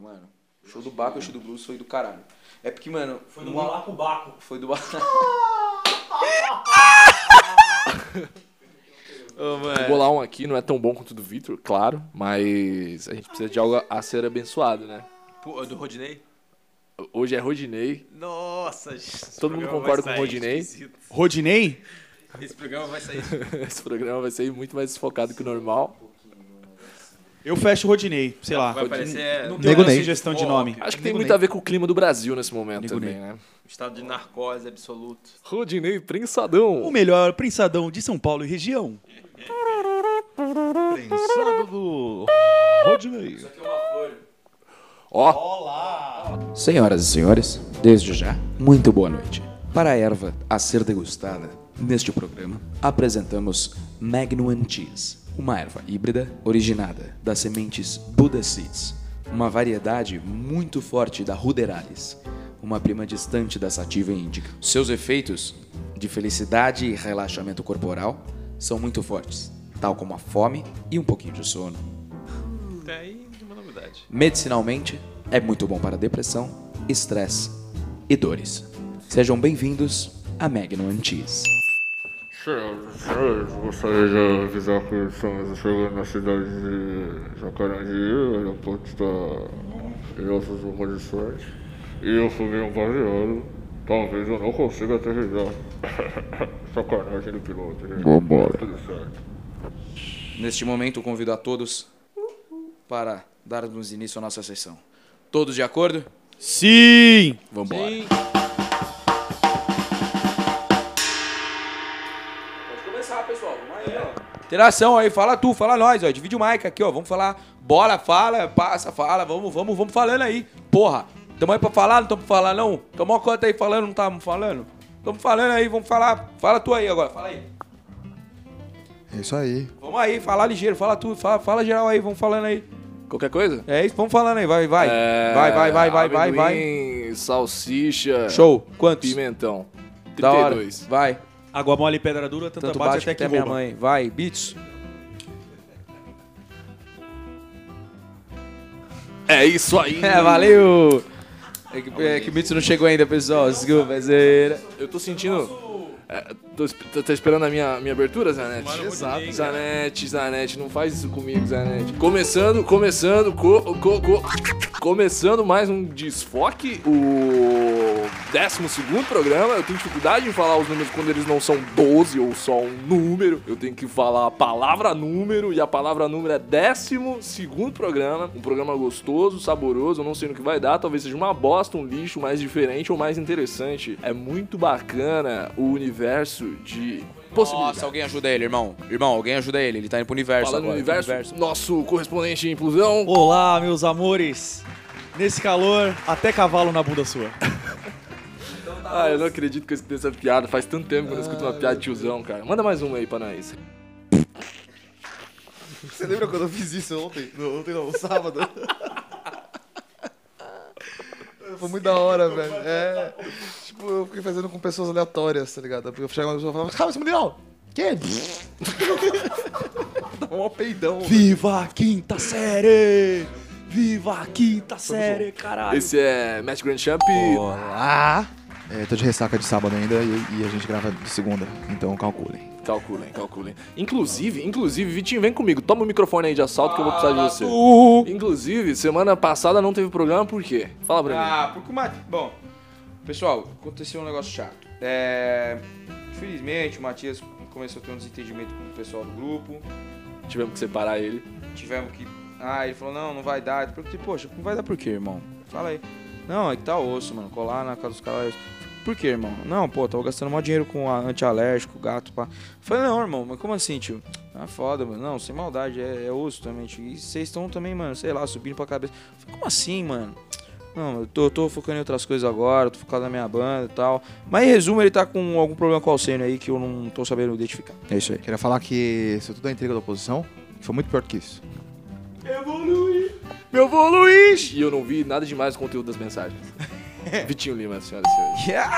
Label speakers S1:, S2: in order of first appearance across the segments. S1: mano. Show do Baco, show do Blues foi do caralho. É porque, mano.
S2: Foi do
S1: uma-
S2: Malaco Baco.
S1: Foi do Baco. Ô,
S3: O
S1: mano.
S3: golão aqui não é tão bom quanto o do Vitor, claro, mas a gente precisa de algo a ser abençoado, né?
S1: Pô, é do Rodinei?
S3: Hoje é Rodinei.
S1: Nossa, Jesus,
S3: Todo
S1: esse
S3: mundo
S1: programa
S3: concorda
S1: vai
S3: com o
S1: sair
S3: Rodinei?
S1: esquisito.
S4: Rodinei?
S1: Esse programa vai sair.
S3: Esse programa vai ser muito mais desfocado que o normal.
S4: Eu fecho o Rodinei, sei lá.
S1: Vai aparecer. é,
S4: Não tem Nego
S1: uma
S4: Ney. sugestão de nome.
S3: Acho que tem
S4: Nego
S3: muito
S4: Ney.
S3: a ver com o clima do Brasil nesse momento
S4: Nego
S3: também,
S4: Ney.
S3: né?
S1: Estado de narcose absoluto.
S3: Rodinei Prensadão.
S4: O melhor prensadão de São Paulo e região.
S3: Prensado do Rodinei.
S1: Aqui é uma flor.
S3: Ó,
S5: Senhoras e senhores, desde já, muito boa noite. Para a erva a ser degustada neste programa, apresentamos Magnum and Cheese, uma erva híbrida originada das sementes Buddha Seeds, uma variedade muito forte da Ruderalis, uma prima distante da sativa índica. Seus efeitos de felicidade e relaxamento corporal são muito fortes, tal como a fome e um pouquinho de sono.
S1: Até aí, uma novidade.
S5: Medicinalmente, é muito bom para depressão, estresse e dores. Sejam bem-vindos a Magnum and Cheese.
S6: Senhoras e senhores, gostaria de avisar que estamos chegando na cidade de Jacarandí, o aeroporto está em altas condições, e eu fumei um baseado, talvez eu não consiga aterrissar. Sacanagem do piloto, né? Vambora. Tudo certo.
S5: Neste momento, convido a todos para darmos início à nossa sessão. Todos de acordo?
S4: Sim!
S5: Vambora.
S3: pode começar, pessoal. Vamos aí, ó.
S5: Interação aí, fala tu, fala nós, ó. Divide o mic aqui, ó. Vamos falar. Bora, fala, passa, fala. Vamos, vamos, vamos falando aí. Porra. Tamo aí pra falar, não tamo pra falar, não? Tamo uma conta aí falando, não tamo falando? Tamo falando aí, vamos falar. Fala tu aí agora, fala aí.
S7: É isso aí.
S5: Vamos aí, falar ligeiro, fala tu, fala, fala geral aí, vamos falando aí.
S3: Qualquer coisa?
S5: É isso, vamos falando aí, vai, vai.
S3: É,
S5: vai, vai, vai, vai, vai, vai.
S3: amendoim, Salsicha.
S5: Show. Quantos?
S3: Pimentão.
S5: Da hora.
S3: 32.
S5: Vai.
S3: Então
S4: Água mole e pedra dura, tanto,
S5: Tanto
S4: bate,
S5: bate,
S4: até que
S5: até minha
S4: rouba.
S5: mãe. Vai, Beats.
S3: É isso aí.
S5: É, valeu. É que, é que Beats não chegou ainda, pessoal. Desculpa, zera.
S3: Eu tô sentindo. é, tô, esp- tô- tô esperando a minha, minha abertura, Zanete? Exato. Zanete, Zanete, não faz isso comigo, Zanete. Começando, começando, co, co, co- começando mais um desfoque, o 12 programa. Eu tenho dificuldade em falar os números quando eles não são 12 ou só um número. Eu tenho que falar a palavra número e a palavra número é 12 programa. Um programa gostoso, saboroso, eu não sei no que vai dar. Talvez seja uma bosta, um lixo mais diferente ou mais interessante. É muito bacana o universo de possibilidades.
S5: Nossa, alguém ajuda ele, irmão. Irmão, alguém ajuda ele. Ele tá indo pro universo
S3: Falando no
S5: agora.
S3: universo, nosso correspondente em inclusão.
S4: Olá, meus amores. Nesse calor, até cavalo na bunda sua.
S3: Ah, eu não acredito que eu escutei essa piada. Faz tanto tempo que eu não escuto uma piada de tiozão, cara. Manda mais uma aí pra nós.
S7: Você lembra quando eu fiz isso ontem? Não, ontem não, sábado. Foi muito da hora, velho. É. Tipo, eu fiquei fazendo com pessoas aleatórias, tá ligado? Porque eu chegava uma pessoa e falava, calma, é esse Mundial! Quem? Dá um peidão.
S4: Viva a quinta série! Viva a quinta série, caralho!
S3: Esse é Matt Grand Champ.
S7: Olá! É, tô de ressaca de sábado ainda e, e a gente grava de segunda, então calculem.
S3: Calculem, calculem. Inclusive, inclusive, Vitinho, vem comigo. Toma o microfone aí de assalto que eu vou precisar de você. Inclusive, semana passada não teve programa, por quê? Fala pra mim.
S5: Ah, porque o Matias. Bom, pessoal, aconteceu um negócio chato. É. Infelizmente, o Matias começou a ter um desentendimento com o pessoal do grupo.
S3: Tivemos que separar ele.
S5: tivemos que. Ah, ele falou, não, não vai dar. Eu perguntei, poxa, não vai dar por quê, irmão? Fala aí. Não, é que tá osso, mano. Colar na casa dos caras. é osso. Por quê, irmão? Não, pô, tava gastando mó dinheiro com a- anti-alérgico, gato, pá. Eu Falei, não, irmão, mas como assim, tio? Ah, foda, mano. Não, sem maldade, é, é osso também, tio. E vocês estão também, mano, sei lá, subindo pra cabeça. Eu Falei, como assim, mano? Não, eu tô, eu tô focando em outras coisas agora, tô focado na minha banda e tal. Mas em resumo, ele tá com algum problema com o Alcênio aí que eu não tô sabendo identificar. É isso aí.
S7: Queria falar que isso tudo é intriga da oposição, foi muito pior que isso.
S3: Meu vô Luiz! E eu não vi nada demais do conteúdo das mensagens. Vitinho Lima, senhoras e senhores.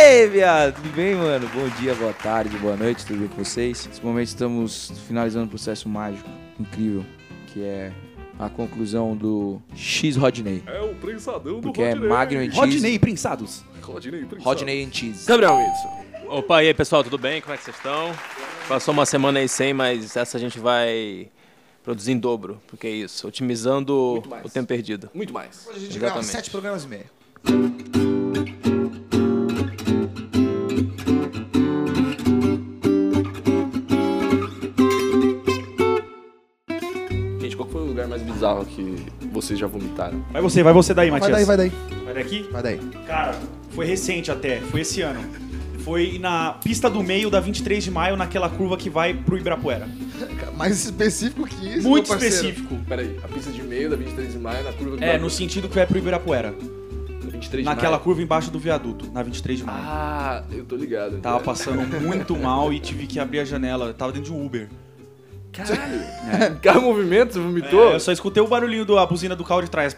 S5: Ei, viado, tudo bem, mano? Bom dia, boa tarde, boa noite, tudo bem com vocês? Nesse momento estamos finalizando um processo mágico, incrível, que é a conclusão do X Rodney.
S3: É o prensadão do
S5: Porque é Magno e Cheese.
S4: Rodney Prinsados.
S3: Rodney, prensado.
S5: Rodney and Cheese.
S3: Gabriel Wilson.
S2: Opa, e aí pessoal, tudo bem? Como é que vocês estão? Passou uma semana aí sem, mas essa a gente vai produzir em dobro, porque é isso, otimizando
S3: mais.
S2: o tempo perdido.
S3: Muito mais.
S7: Hoje a gente grava
S2: Exatamente.
S7: sete programas e meio.
S3: Gente, qual que foi o lugar mais bizarro que vocês já vomitaram?
S8: Vai você, vai você daí,
S7: Vai
S8: Matias.
S7: daí, vai daí.
S8: Vai daqui?
S7: Vai daí.
S8: Cara, foi recente até, foi esse ano. Foi na pista do meio da 23 de maio, naquela curva que vai pro Ibirapuera.
S7: Mais específico que isso, meu
S8: Muito
S7: parceiro.
S8: específico.
S3: Peraí, a pista de meio da 23 de maio na curva que
S8: É,
S3: dá-
S8: no sentido que vai pro Ibirapuera.
S3: 23 de
S8: Naquela
S3: maio.
S8: curva embaixo do viaduto, na 23 de maio.
S3: Ah, eu tô ligado.
S8: Tava passando muito mal e tive que abrir a janela. Tava dentro de um Uber.
S3: Caralho! Carro em movimento, você vomitou?
S8: É, eu só escutei o barulhinho da buzina do carro de trás.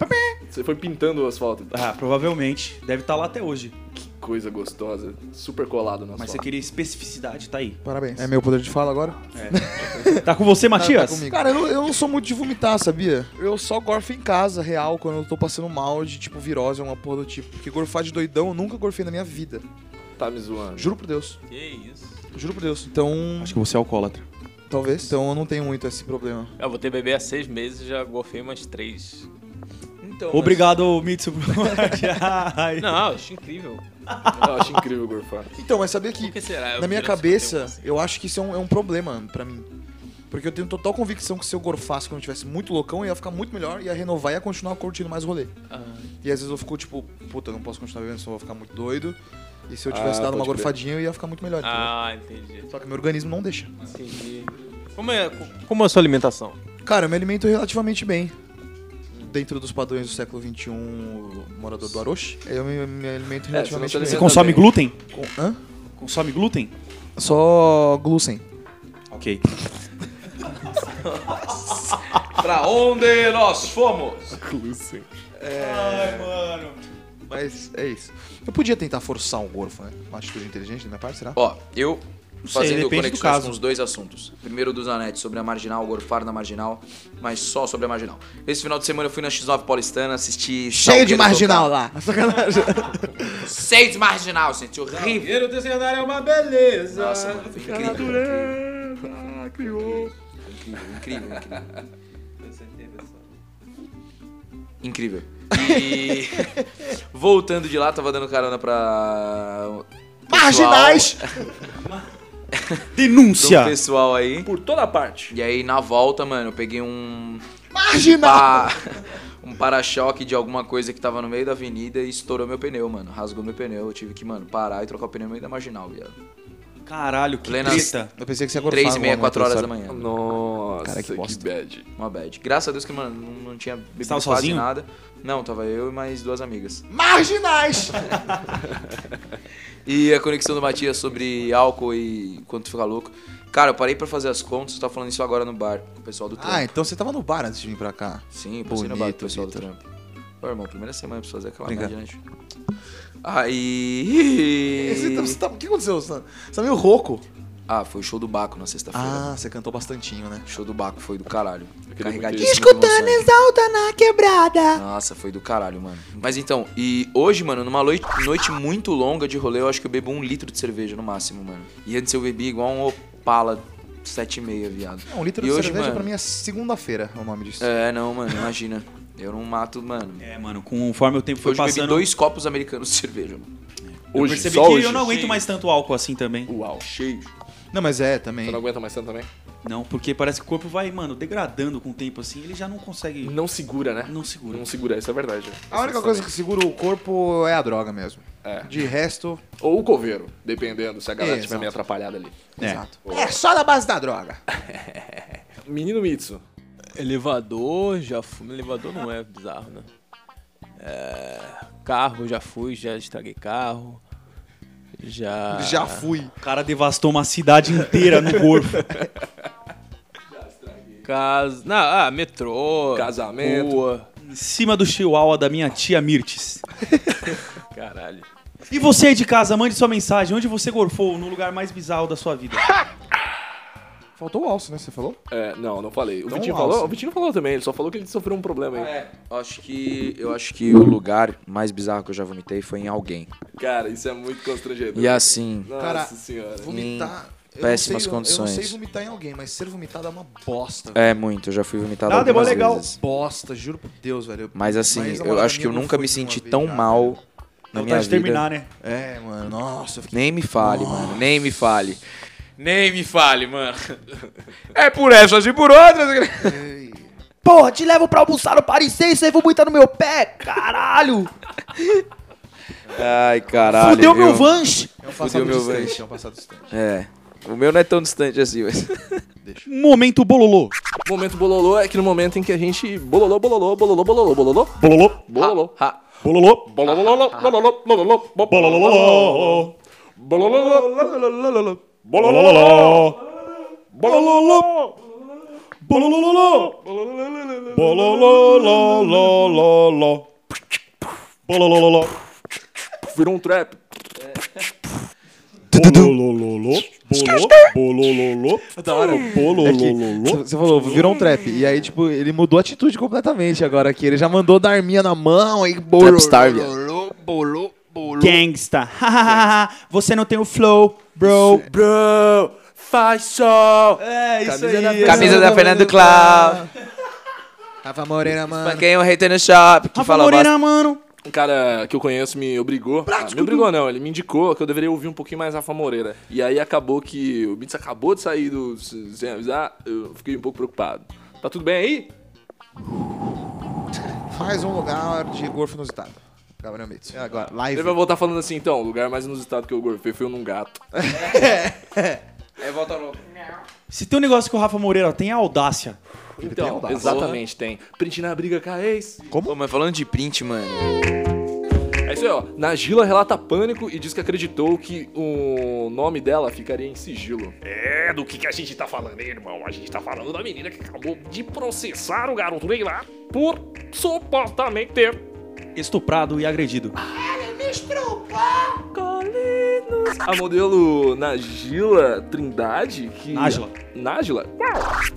S3: Você foi pintando o asfalto.
S8: Ah, provavelmente. Deve estar lá até hoje.
S3: Que coisa gostosa. Super colado no
S8: Mas você
S3: asfalto.
S8: queria especificidade, tá aí.
S7: Parabéns. É meu poder de fala agora?
S8: Tá com você, Matias?
S7: Cara, eu, eu não sou muito de vomitar, sabia? Eu só gorfo em casa, real, quando eu tô passando mal de, tipo, virose ou uma porra do tipo. Porque gorfar de doidão eu nunca gorfei na minha vida.
S3: Tá me zoando.
S7: Juro por Deus.
S2: Que isso?
S7: Juro por Deus. Então,
S8: Acho que você é alcoólatra.
S7: talvez. Então eu não tenho muito esse problema.
S2: Eu vou ter bebê há seis meses e já golfei umas três.
S7: Então,
S8: Obrigado, Mitsu. Ai.
S2: Não, eu acho incrível.
S3: Eu acho incrível gorfar.
S7: Mas, então, mas sabia que
S2: Por que será? Eu
S7: na minha
S2: viro assim, eu
S7: cabeça,
S2: tenho
S7: eu acho que isso é um, é um problema pra mim. Porque eu tenho total convicção que se eu gorfasse quando eu tivesse muito loucão, eu ia ficar muito melhor, ia renovar e ia continuar curtindo mais o rolê. E às vezes eu fico tipo, puta, eu não posso continuar vivendo, senão eu vou ficar muito doido. E se eu tivesse
S3: Ah,
S7: dado uma
S3: pode crer.
S7: gorfadinha, eu ia ficar muito melhor. entendeu?
S2: Ah, entendi.
S7: Só que meu organismo não deixa.
S2: Entendi. Como é, como é a sua alimentação?
S7: Cara, eu me alimento relativamente bem. Dentro dos padrões do século XXI, morador do Aroche, eu me, me
S3: É,
S7: alimento
S3: você não
S7: relativamente
S3: se
S8: Você
S7: bem.
S8: consome
S3: também.
S8: glúten?
S7: Com- hã?
S8: Consome glúten?
S7: Só glúten.
S8: Ok.
S5: Pra onde nós fomos?
S3: Glúceo.
S8: Ai, mano.
S7: Mas é isso. Eu podia tentar forçar um gorfo, né? Uma atitude inteligente da minha parte, será?
S5: Ó, eu
S8: sei,
S5: fazendo
S8: depende do
S5: conexões
S8: caso.
S5: com os dois assuntos. Primeiro do Zanetti sobre a marginal, o gorfar na marginal, mas só sobre a marginal. Esse final de semana eu fui na X9 Paulistana, assisti.
S7: Cheio de
S5: Salgueiro
S7: marginal lá. Sacanagem.
S5: tocar. Cheio de marginal, gente. Horrível.
S2: Primeiro cenário é uma beleza.
S5: Nossa, mano, foi incrível.
S3: Natureza, criou.
S5: Incrível, incrível, incrível. Incrível. E voltando de lá, tava dando carona pra. um pessoal-
S7: Marginais!
S5: pra um Então,
S8: Denúncia!
S5: pessoal aí.
S3: Por toda parte.
S5: E aí na volta, mano, eu peguei um.
S7: Marginal!
S5: pa- um para-choque de alguma coisa que tava no meio da avenida e estourou meu pneu, mano. Rasgou meu pneu. Eu tive que, mano, parar e trocar o pneu no meio da marginal, viado.
S8: Caralho, que
S5: Plena-
S8: treta.
S7: Eu pensei que você ia gorfar.
S5: 3 e meia,
S7: algum
S5: 4 horas
S7: momento,
S5: da manhã.
S3: Nossa,
S7: Cara, que
S3: É que,
S7: bosta.
S3: bad.
S5: Uma bad. Graças a Deus que, mano, não, não tinha bebido
S8: Estava
S5: quase
S8: sozinho?
S5: nada. Não, tava eu e mais duas amigas.
S7: Marginais!
S5: E a conexão do Matias sobre álcool e quanto fica louco. Cara, eu parei pra fazer as contas, eu tava falando isso agora no bar com o pessoal do trampo.
S7: ah, então você tava no bar antes de vir pra cá.
S5: Sim, eu passei no bar com o
S7: bonito,
S5: pessoal do
S7: Vitor.
S5: trampo. Ô, irmão, primeira semana pra fazer aquela
S7: Obrigado.
S5: merda, né? tio? Aí...
S7: Você tá- você tá- o que aconteceu? Você tá, você tá meio rouco.
S5: Ah, foi o show do Baco na sexta-feira.
S7: Ah, você cantou bastantinho, né?
S5: O show do Baco foi do caralho.
S3: queria
S5: Carregadíssimo.
S3: muito
S5: de emoção.
S8: né?
S7: exalta na quebrada.
S5: Nossa, foi do caralho, mano. Mas então, e hoje, mano, numa loi- noite muito longa de rolê, eu acho que eu bebo um litro de cerveja no máximo, mano. E antes eu bebi igual um Opala 7,5, viado.
S7: É, Um litro
S5: E
S7: de
S5: hoje,
S7: cerveja
S5: mano?
S7: pra mim é segunda-feira, é o nome disso.
S5: É, não, mano, imagina. Eu não mato, mano.
S8: É, mano, conforme o tempo foi
S5: hoje eu bebi
S8: passando,
S5: dois copos americanos de cerveja, mano.
S8: eu
S3: Hoje,
S8: percebi
S3: só
S8: que
S3: hoje.
S8: eu não aguento mais tanto álcool assim também.
S3: Uau, cheio.
S7: Não, mas é também.
S3: Você não aguenta mais tanto também?
S8: Não, porque parece que o corpo vai, mano, degradando com o tempo assim, ele já não consegue.
S3: Não segura, né?
S8: Não segura.
S3: Não segura, isso é verdade.
S7: A única coisa que segura o corpo é a droga mesmo.
S3: É.
S7: De resto,
S3: Ou o coveiro, dependendo se a galera estiver
S7: Exato.
S3: meio atrapalhada ali.
S8: É.
S7: exato. É só na base da droga.
S3: Menino Mitsu.
S2: Elevador, já fui. Elevador não é bizarro, né? É, carro, já fui, já estraguei carro. Já.
S7: Já fui.
S8: O cara devastou uma cidade inteira no corpo.
S2: Casa. Não, ah, metrô.
S3: Casamento.
S2: Rua.
S8: em cima do chihuahua da minha tia Mirtes.
S2: Caralho.
S8: E você aí de casa, mande sua mensagem. Onde você gorfou no lugar mais bizarro da sua vida?
S7: Faltou o alce, né? Você falou?
S3: É, não, não falei. O
S7: Então,
S3: Vitinho
S7: alça.
S3: falou? O Vitinho falou também, ele só falou que ele sofreu um problema
S1: Ah,
S3: aí.
S5: É, eu acho que eu acho que o lugar mais bizarro que eu já vomitei foi em alguém.
S3: Cara, isso é muito constrangedor.
S5: E assim,
S3: Nossa
S7: Cara,
S3: senhora.
S7: Vomitar. eu não
S5: péssimas
S7: sei-
S5: condições.
S7: Eu não sei vomitar em alguém, mas ser vomitado é uma bosta.
S5: é muito, eu já fui vomitado
S8: Nada é mó
S5: algumas
S8: legal.
S5: vezes.
S7: Bosta, juro por Deus, velho.
S5: Mas assim,
S7: Mas a
S5: eu acho
S1: é
S7: namorada
S5: que eu
S7: minha não
S5: nunca
S7: foi
S5: me
S7: de uma
S5: senti
S7: vez
S5: tão
S7: já,
S5: mal na minha
S8: Vontade de terminar,
S5: vida.
S8: né?
S7: É, mano, nossa, eu fiquei.
S5: Nem me fale, mano, nem me fale.
S2: Nem me fale, mano.
S5: É por essas e por outras.
S4: Porra, te levo pra almoçar no Parisien, você vomita no meu pé, caralho!
S5: Ai, caralho.
S4: Fudeu meu
S5: viu?
S4: vanche!
S7: É um
S5: Fudeu
S7: passado
S5: meu
S7: distante,
S5: beijo.
S7: é um passado distante.
S5: É. O meu não é tão distante assim, mas.
S8: Momento bololô.
S3: O momento bololô é aquele momento em que a gente bololô, bololô, bololô, bololô, bololô, bololô.
S8: Bololô. Bololô.
S3: Bololô, bololô, bololô,
S8: Bololô.
S3: bololô,
S8: Bololô.
S3: bololô.
S8: Bololô. Bololô. Bololô.
S3: Virou um trap.
S8: Bolololô. Bololô. Bololô.
S7: Você falou, virou um trap. E aí, tipo, ele mudou a atitude completamente agora aqui. Ele já mandou dar arminha na mão e bolou.
S5: Trapstar, viado.
S8: Gangsta. Você não tem o flow, bro.
S3: Bro, Ah, faz sol.
S8: É, isso aí.
S5: Camisa da Fernando Clau.
S7: Rafa Morena, mano.
S5: Quem é o hater no shop que
S8: Rafa
S5: fala bosta.
S8: Moreira, mano.
S3: Um cara que eu conheço me obrigou. Ah, me obrigou, não. Ele me indicou que eu deveria ouvir um pouquinho mais Rafa Moreira. E aí acabou que o Beats acabou de sair do. Sem avisar, eu fiquei um pouco preocupado. Tá tudo bem aí?
S7: Mais um lugar de gorfo inusitado. Gabriel Mitz. É agora,
S3: Ele
S7: live.
S3: vai voltar falando assim, então, o lugar mais inusitado que eu gorfei foi num gato.
S8: Se tem um negócio que o Rafa Moreira tem é audácia.
S3: Então, exatamente, tem. Print na briga é com a ex.
S5: Pô, mas falando de print, mano.
S3: É isso aí, ó. Nagila relata pânico e diz que acreditou que o nome dela ficaria em sigilo.
S9: É, do que, que a gente tá falando, hein, irmão? A gente tá falando da menina que acabou de processar o garoto dele lá por supostamente ter
S8: Estuprado e agredido.
S3: A modelo Nagila Trindade, que.
S8: Nájila.
S3: Nájila?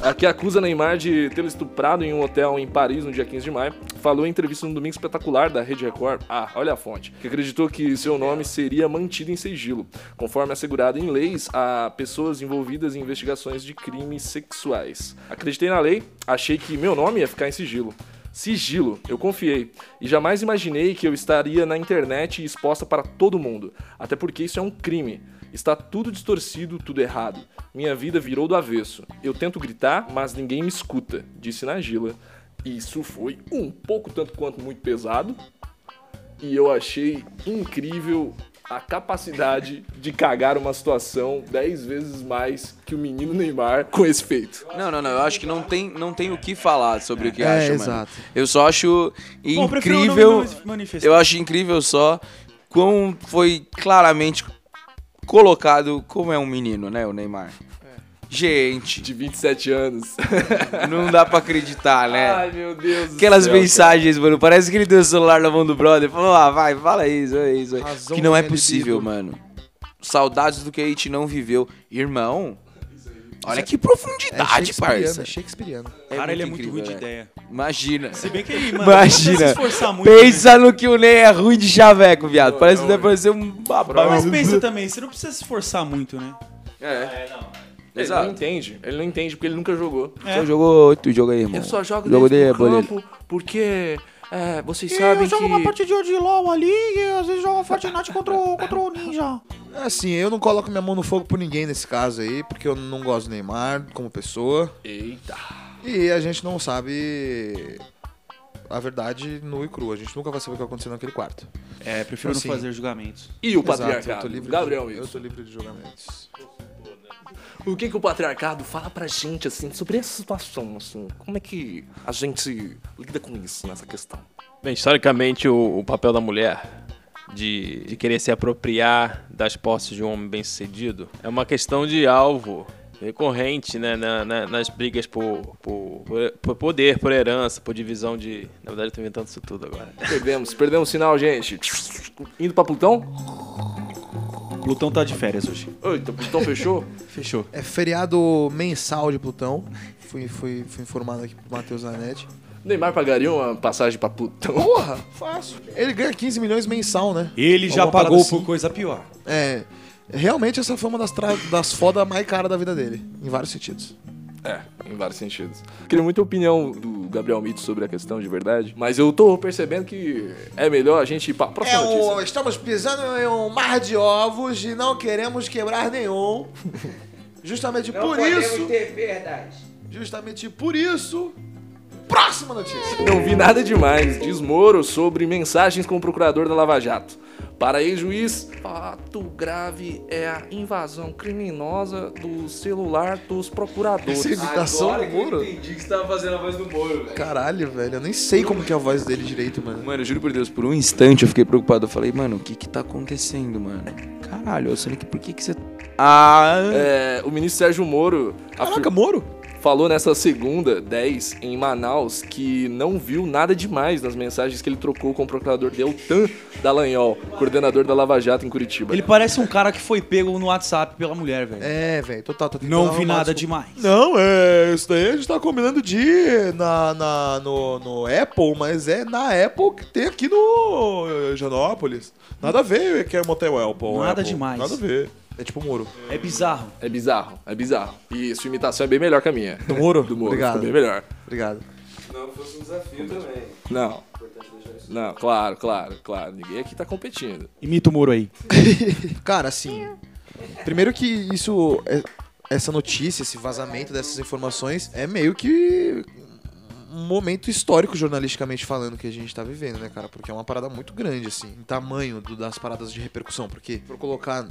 S3: A que acusa Neymar de tê-lo estuprado em um hotel em Paris no dia 15 de maio, falou em entrevista no Domingo Espetacular da Rede Record. Ah, olha a fonte. Que acreditou que seu nome seria mantido em sigilo, conforme assegurado em leis a pessoas envolvidas em investigações de crimes sexuais. Acreditei na lei, achei que meu nome ia ficar em sigilo. Sigilo, eu confiei. E jamais imaginei que eu estaria na internet e exposta para todo mundo. Até porque isso é um crime. Está tudo distorcido, tudo errado. Minha vida virou do avesso. Eu tento gritar, mas ninguém me escuta, disse Nagila. Isso foi um pouco tanto quanto muito pesado. E eu achei incrível a capacidade de cagar uma situação 10 vezes mais que o menino Neymar com esse feito.
S1: Não, não, não. Eu acho que não tem, não tem o que falar sobre o que
S7: É,
S1: acha, mano.
S7: exato.
S1: Eu só acho
S8: Bom, eu prefiro não me
S1: incrível.
S8: manifestar.
S1: Eu acho incrível só como foi claramente colocado como é um menino, né, o Neymar.
S8: É.
S1: Gente,
S3: De 27 anos.
S1: não dá pra acreditar, né?
S3: Ai, meu Deus do
S1: Aquelas
S3: céu, cara.
S1: mensagens, mano. Parece que ele deu o celular na mão do brother. e Falou, ah, vai, fala isso, é isso. é isso."
S7: Razão
S1: Que não é
S7: do
S1: possível,
S7: LB,
S1: mano. Saudades do que a gente não viveu. Irmão, olha que profundidade, parça.
S3: né?
S7: é shakespeariano.
S8: Cara, ele é muito
S1: incrível,
S8: ruim de
S1: velho.
S8: ideia.
S1: Imagina.
S8: Se bem que aí, mano,
S1: Imagina.
S8: precisa se esforçar muito. né?
S1: Pensa no que o Ney é ruim de chaveco, viado. Parece que deve parecer um babá.
S8: Mas pensa também, você não precisa se esforçar muito, né?
S3: Ele
S1: Exato.
S3: não entende. Ele não entende porque ele nunca jogou.
S8: É.
S1: Só jogou oito jogos aí, irmão.
S3: Eu só jogo
S1: O jogo dele é
S3: dentro do
S1: boleiro.
S3: campo porque é, vocês sabem que...
S4: partidinha de LOL ali e às vezes joga Fortnite contra o, contra o Ninja.
S7: Assim, eu não coloco minha mão no fogo por ninguém nesse caso aí, porque eu não gosto do Neymar como pessoa.
S3: Eita.
S7: E a gente não sabe a verdade nua e crua. A gente nunca vai saber o que aconteceu naquele quarto.
S8: É, prefiro
S7: Assim.
S8: não fazer julgamentos.
S3: E o
S5: Tá
S7: Exato,
S3: patriarcado?
S7: eu tô livre
S3: Gabriel
S7: de, Eu
S3: Wilson.
S7: tô livre de julgamentos.
S3: O que, que o patriarcado fala pra gente, assim, sobre essa situação, assim? Como é que a gente lida com isso, nessa questão?
S2: Bem, historicamente, o, o papel da mulher de, de querer se apropriar das posses de um homem bem-sucedido é uma questão de alvo recorrente né, na- na- nas brigas por, por, por poder, por herança, por divisão de... Na verdade, eu tô inventando isso tudo agora.
S3: Perdemos, perdemos o sinal, gente. Indo pra Plutão?
S8: Plutão tá de férias hoje.
S3: Ô, Então, então fechou?
S2: Fechou.
S7: É feriado mensal de Plutão. Fui, fui, fui informado aqui pro Matheus Zanetti.
S3: Neymar pagaria uma passagem pra Plutão?
S7: Porra, fácil. Ele ganha 15 milhões mensal, né?
S8: Ele já
S7: Alguma parada
S8: pagou
S7: assim.
S8: por coisa pior.
S7: É. Realmente essa fama das, tra... das foda mais cara da vida dele. Em vários sentidos.
S3: É, em vários sentidos. Queria muita opinião do Gabriel Mito sobre a questão de verdade, mas eu tô percebendo que é melhor a gente ir pra próxima
S7: É
S3: notícia.
S7: um, estamos pisando em um mar de ovos e não queremos quebrar nenhum. Justamente por isso.
S5: ter verdade.
S7: Justamente por isso. Próxima notícia.
S3: Não vi nada demais. Diz Moro sobre mensagens com o procurador da Lava Jato. Para ex-juiz, fato grave é a invasão criminosa do celular dos procuradores.
S7: Imitação do Moro?
S5: entendi que você tava fazendo a voz do Moro, velho.
S7: Caralho, velho. Eu nem sei como que é a voz dele direito, mano.
S5: Mano, eu juro por Deus, por um instante eu fiquei preocupado. Eu falei, mano, o que que tá acontecendo, mano? Caralho, ô Sonic, por que que você... tá Ah...
S3: É, o ministro Sérgio é Moro afir-
S7: Moro?
S3: falou nessa segunda, 10, em Manaus, que não viu nada demais nas mensagens que ele trocou com o procurador Deltan Dallagnol, coordenador da Lava Jato em Curitiba.
S8: Ele parece um cara que foi pego no WhatsApp pela mulher, velho.
S7: É, velho. Total, tô tentando
S8: Não vi
S7: arrumar
S8: nada
S7: desculpa.
S8: demais.
S7: Não, é. Isso daí a gente tá combinando de ir na, na, no, no Apple, mas é na Apple que tem aqui no eh, Janópolis. Nada a ver, que é motel Apple.
S8: Nada
S7: Apple.
S8: demais.
S7: Nada a ver. É tipo muro.
S8: É bizarro.
S3: É bizarro, é bizarro. E sua imitação é bem melhor que a minha.
S7: Do muro?
S3: Do Moro,
S7: Obrigado.
S3: ficou bem melhor.
S7: Obrigado.
S3: Não. Não, claro, claro, claro. Ninguém aqui tá competindo.
S8: Imita o Moro aí.
S7: Cara, assim. Primeiro que isso. é- Essa notícia, esse vazamento dessas informações é meio que um momento histórico, jornalisticamente falando, que a gente tá vivendo, né, cara? Porque é uma parada muito grande, assim, em tamanho do- das paradas de repercussão. Porque, por colocar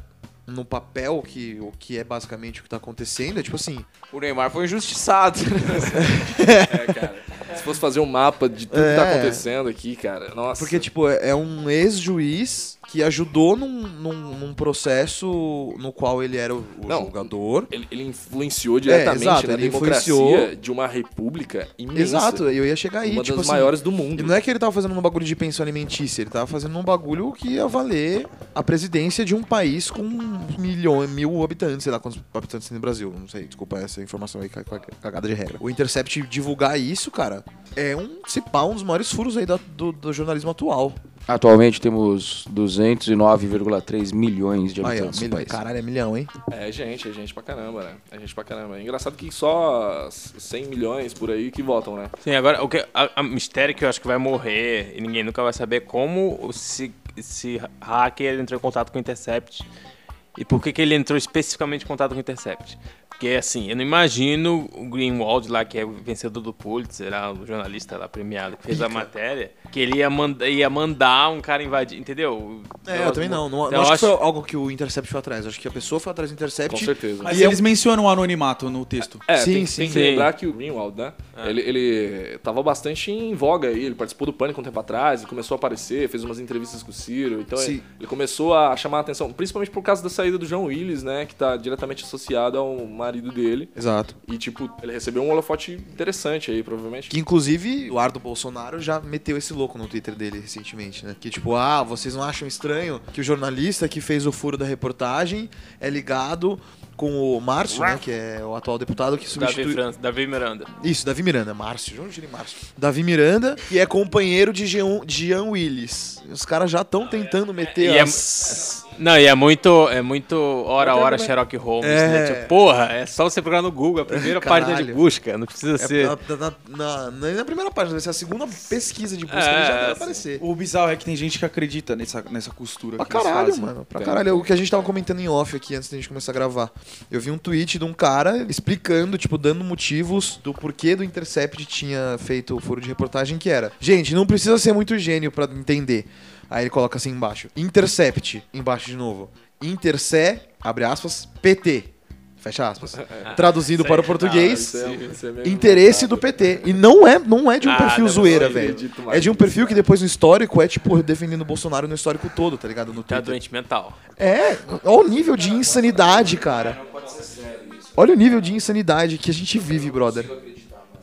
S7: no papel que, o que é basicamente o que tá acontecendo, é tipo assim.
S1: O Neymar foi injustiçado.
S3: É, Se fosse fazer um mapa de tudo que tá
S7: É.
S3: acontecendo aqui, cara, nossa.
S7: Porque, tipo, é é um ex-juiz que ajudou num, num, num processo no qual ele era o, o
S3: Não.
S7: julgador.
S3: ele, ele influenciou diretamente
S7: É, exato,
S3: na
S7: ele
S3: democracia
S7: influenciou.
S3: de uma república imensa.
S7: Exato, eu ia chegar aí.
S3: Uma
S7: tipo
S3: das
S7: assim,
S3: maiores do
S7: E
S3: mundo.
S7: não é que ele tava fazendo um bagulho de pensão alimentícia, ele tava fazendo um bagulho que ia valer a presidência de um país com milhões, mil habitantes, sei lá quantos habitantes tem no Brasil, não sei, desculpa essa informação aí, ca- ca- cagada de regra. O Intercept divulgar isso, cara, é um, se pá, um dos maiores furos aí da- do, do jornalismo atual.
S1: Atualmente temos 209,3 milhões de
S7: Aí, ó,
S1: habitantes no
S7: milhão,
S1: país.
S7: caralho, é milhão, hein?
S3: É gente, é gente pra caramba, né? É gente pra caramba. É engraçado que só 100 milhões por aí que votam, né?
S2: Sim, agora o que, a, a mistério é que eu acho que vai morrer e ninguém nunca vai saber é como o- se esse hacker ele entrou em contato com o Intercept e por que, que ele entrou especificamente em contato com o Intercept. Porque assim, eu não imagino o Greenwald lá, que é o vencedor do Pulitzer, lá, o jornalista lá premiado que fez a matéria, que ele ia, manda, ia mandar um cara invadir, entendeu?
S7: É, eu também não. Não, não
S2: Então,
S7: acho,
S2: acho-
S7: que foi algo que o Intercept foi atrás. Acho que a pessoa foi atrás do Intercept.
S3: Com certeza.
S8: Mas eles mencionam o anonimato no texto.
S3: É,
S7: Sim,
S3: tem,
S7: sim.
S3: tem que
S2: Sim.
S3: lembrar que o Greenwald, né? Ele, ele tava bastante em voga aí, ele participou do Pânico um tempo atrás, ele começou a aparecer, fez umas entrevistas com o Ciro, então
S7: Sim.
S3: ele, ele começou a chamar a atenção, principalmente por causa da saída do João Willis, né? Que tá diretamente associado ao marido dele.
S7: Exato.
S3: E, tipo, ele recebeu um holofote interessante aí, provavelmente.
S7: Que inclusive o Ardo Bolsonaro já meteu esse louco no Twitter dele recentemente, né? Que tipo, ah, vocês não acham estranho que o jornalista que fez o furo da reportagem é ligado com o Márcio, né? Que é o atual deputado que
S2: Davi,
S7: substitui.
S2: França, Davi Miranda.
S7: Isso, Davi Miranda, Márcio, João Gili é Márcio. Davi Miranda, que é companheiro de Jean, Jean Willis. Os caras já estão tentando meter
S2: E é-
S7: as.
S2: Não, e é muito, é muito hora a hora Sherlock Holmes, né?
S7: É.
S2: Tipo, porra, é só você procurar no Google, a primeira página de
S7: Caralho.
S2: busca, não precisa
S7: É,
S2: ser...
S7: na, na, na, na- na primeira página, vai ser a segunda pesquisa de busca,
S2: É,
S7: ele já deve
S2: sim.
S7: aparecer.
S8: O bizarro é que tem gente que acredita nessa, nessa costura
S7: Pra
S8: que eles
S7: caralho,
S8: fazem.
S7: mano. Pra caralho. É O que a gente tava comentando em off aqui antes da gente começar a gravar. Eu vi um tweet de um cara explicando, tipo, dando motivos do porquê do Intercept tinha feito o furo de reportagem, que era. Gente, não precisa ser muito gênio pra entender. Aí ele coloca assim embaixo. Intercept, embaixo de novo. Interce, abre aspas, PT. Fecha aspas. Traduzindo para o português. Interesse do PT. E não é, não é de um
S2: Ah,
S7: perfil
S2: não,
S7: zoeira,
S3: não
S7: velho.
S3: acredito mais
S7: É de um perfil que depois no histórico é, tipo, defendendo o Bolsonaro no histórico todo, tá ligado? No
S2: Tá
S7: Twitter.
S2: doente mental.
S7: É, olha o nível de insanidade, cara. Olha o nível de insanidade que a gente vive, brother.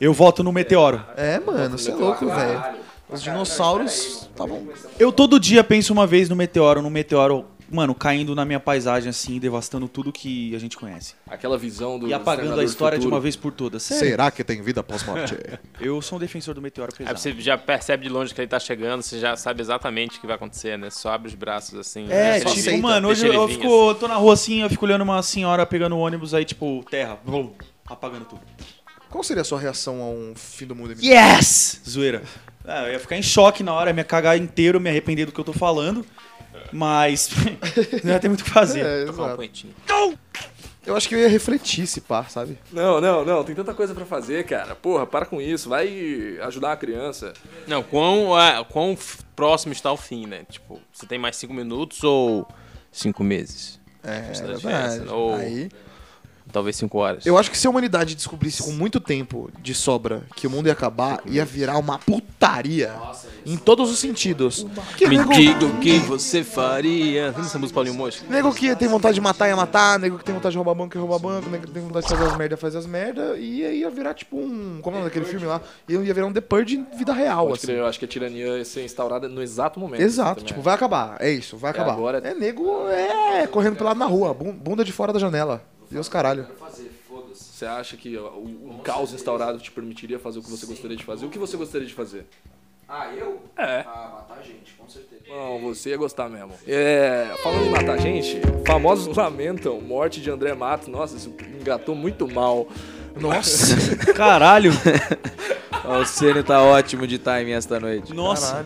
S8: Eu voto no Meteoro.
S7: É, mano, você é louco, velho. Os dinossauros tá estavam.
S8: Eu todo dia penso uma vez no Meteoro, no Meteoro mano, caindo na minha paisagem, assim, devastando tudo que a gente conhece.
S3: Aquela visão do.
S8: E apagando
S3: Exterminador
S8: a
S3: do
S8: história de
S3: Futuro.
S8: uma vez por todas. Sério,
S7: Será que tem vida pós-morte?
S8: eu sou um defensor do meteoro
S2: Aí
S8: pesado.
S2: você já percebe de longe que ele tá chegando, você já sabe exatamente o que vai acontecer, né? Só abre os braços assim.
S8: É,
S2: né?
S8: tipo,
S2: Só
S7: aceita,
S8: mano, hoje
S2: deixa
S8: eu,
S2: ele
S8: eu
S2: vir,
S8: fico, eu tô na rua assim, eu fico olhando uma senhora pegando o ônibus, aí, tipo, terra, blum, apagando tudo.
S7: Qual seria a sua reação a um fim do mundo? iminente?
S8: Yes! Zoeira. Ah, eu ia ficar em choque na hora, ia me cagar inteiro, me arrepender do que eu tô falando. Mas não ia ter muito o que fazer.
S7: É,
S2: assim, tocar um
S7: exato.
S2: pontinho.
S7: Eu acho que eu ia refletir se pá, sabe?
S3: Não, não, não. Tem tanta coisa pra fazer, cara. Porra, para com isso. Vai ajudar a criança.
S2: Não, quão, ah, quão f- próximo está o fim, né? Tipo, você tem mais cinco minutos ou cinco meses?
S7: É,
S2: Precisa de
S7: verdade.
S2: diferença, ou-
S7: Aí,
S2: Talvez cinco horas.
S7: eu acho que se a humanidade descobrisse com muito tempo de sobra que o mundo ia acabar, ia virar uma putaria. em todos os sentidos. Que
S2: Me
S7: nego,
S2: diga o que você faria. Lembra essa música Paulinho Mosca?
S7: nego que tem vontade de matar, ia matar. Nego que tem vontade de roubar banco, ia roubar banco. Nego que tem vontade de fazer as merda, ia fazer as merda. E aí ia virar tipo um... Como é o nome daquele filme lá? Ia virar um The Purge em vida real,
S3: Pode
S7: assim.
S3: crer, eu acho que a tirania ia ser instaurada no exato momento.
S7: Exato,
S3: assim,
S7: tipo,
S3: também.
S7: vai acabar. É isso, vai acabar.
S3: agora-
S7: É nego, é, correndo pelado na rua, bun- bunda de fora da janela. Deus caralho.
S3: Você acha que ó, o, o caos instaurado te permitiria fazer o que você gostaria de fazer? O que você gostaria de fazer?
S5: Ah, eu?
S3: É.
S5: Ah, matar gente, com certeza.
S3: Não, você ia gostar mesmo. É, falando em matar gente, famosos lamentam morte de André Matos. Nossa, isso engatou muito mal.
S7: Nossa.
S8: Caralho!
S5: Ó, o Cine tá ótimo de timing esta noite.
S8: Nossa!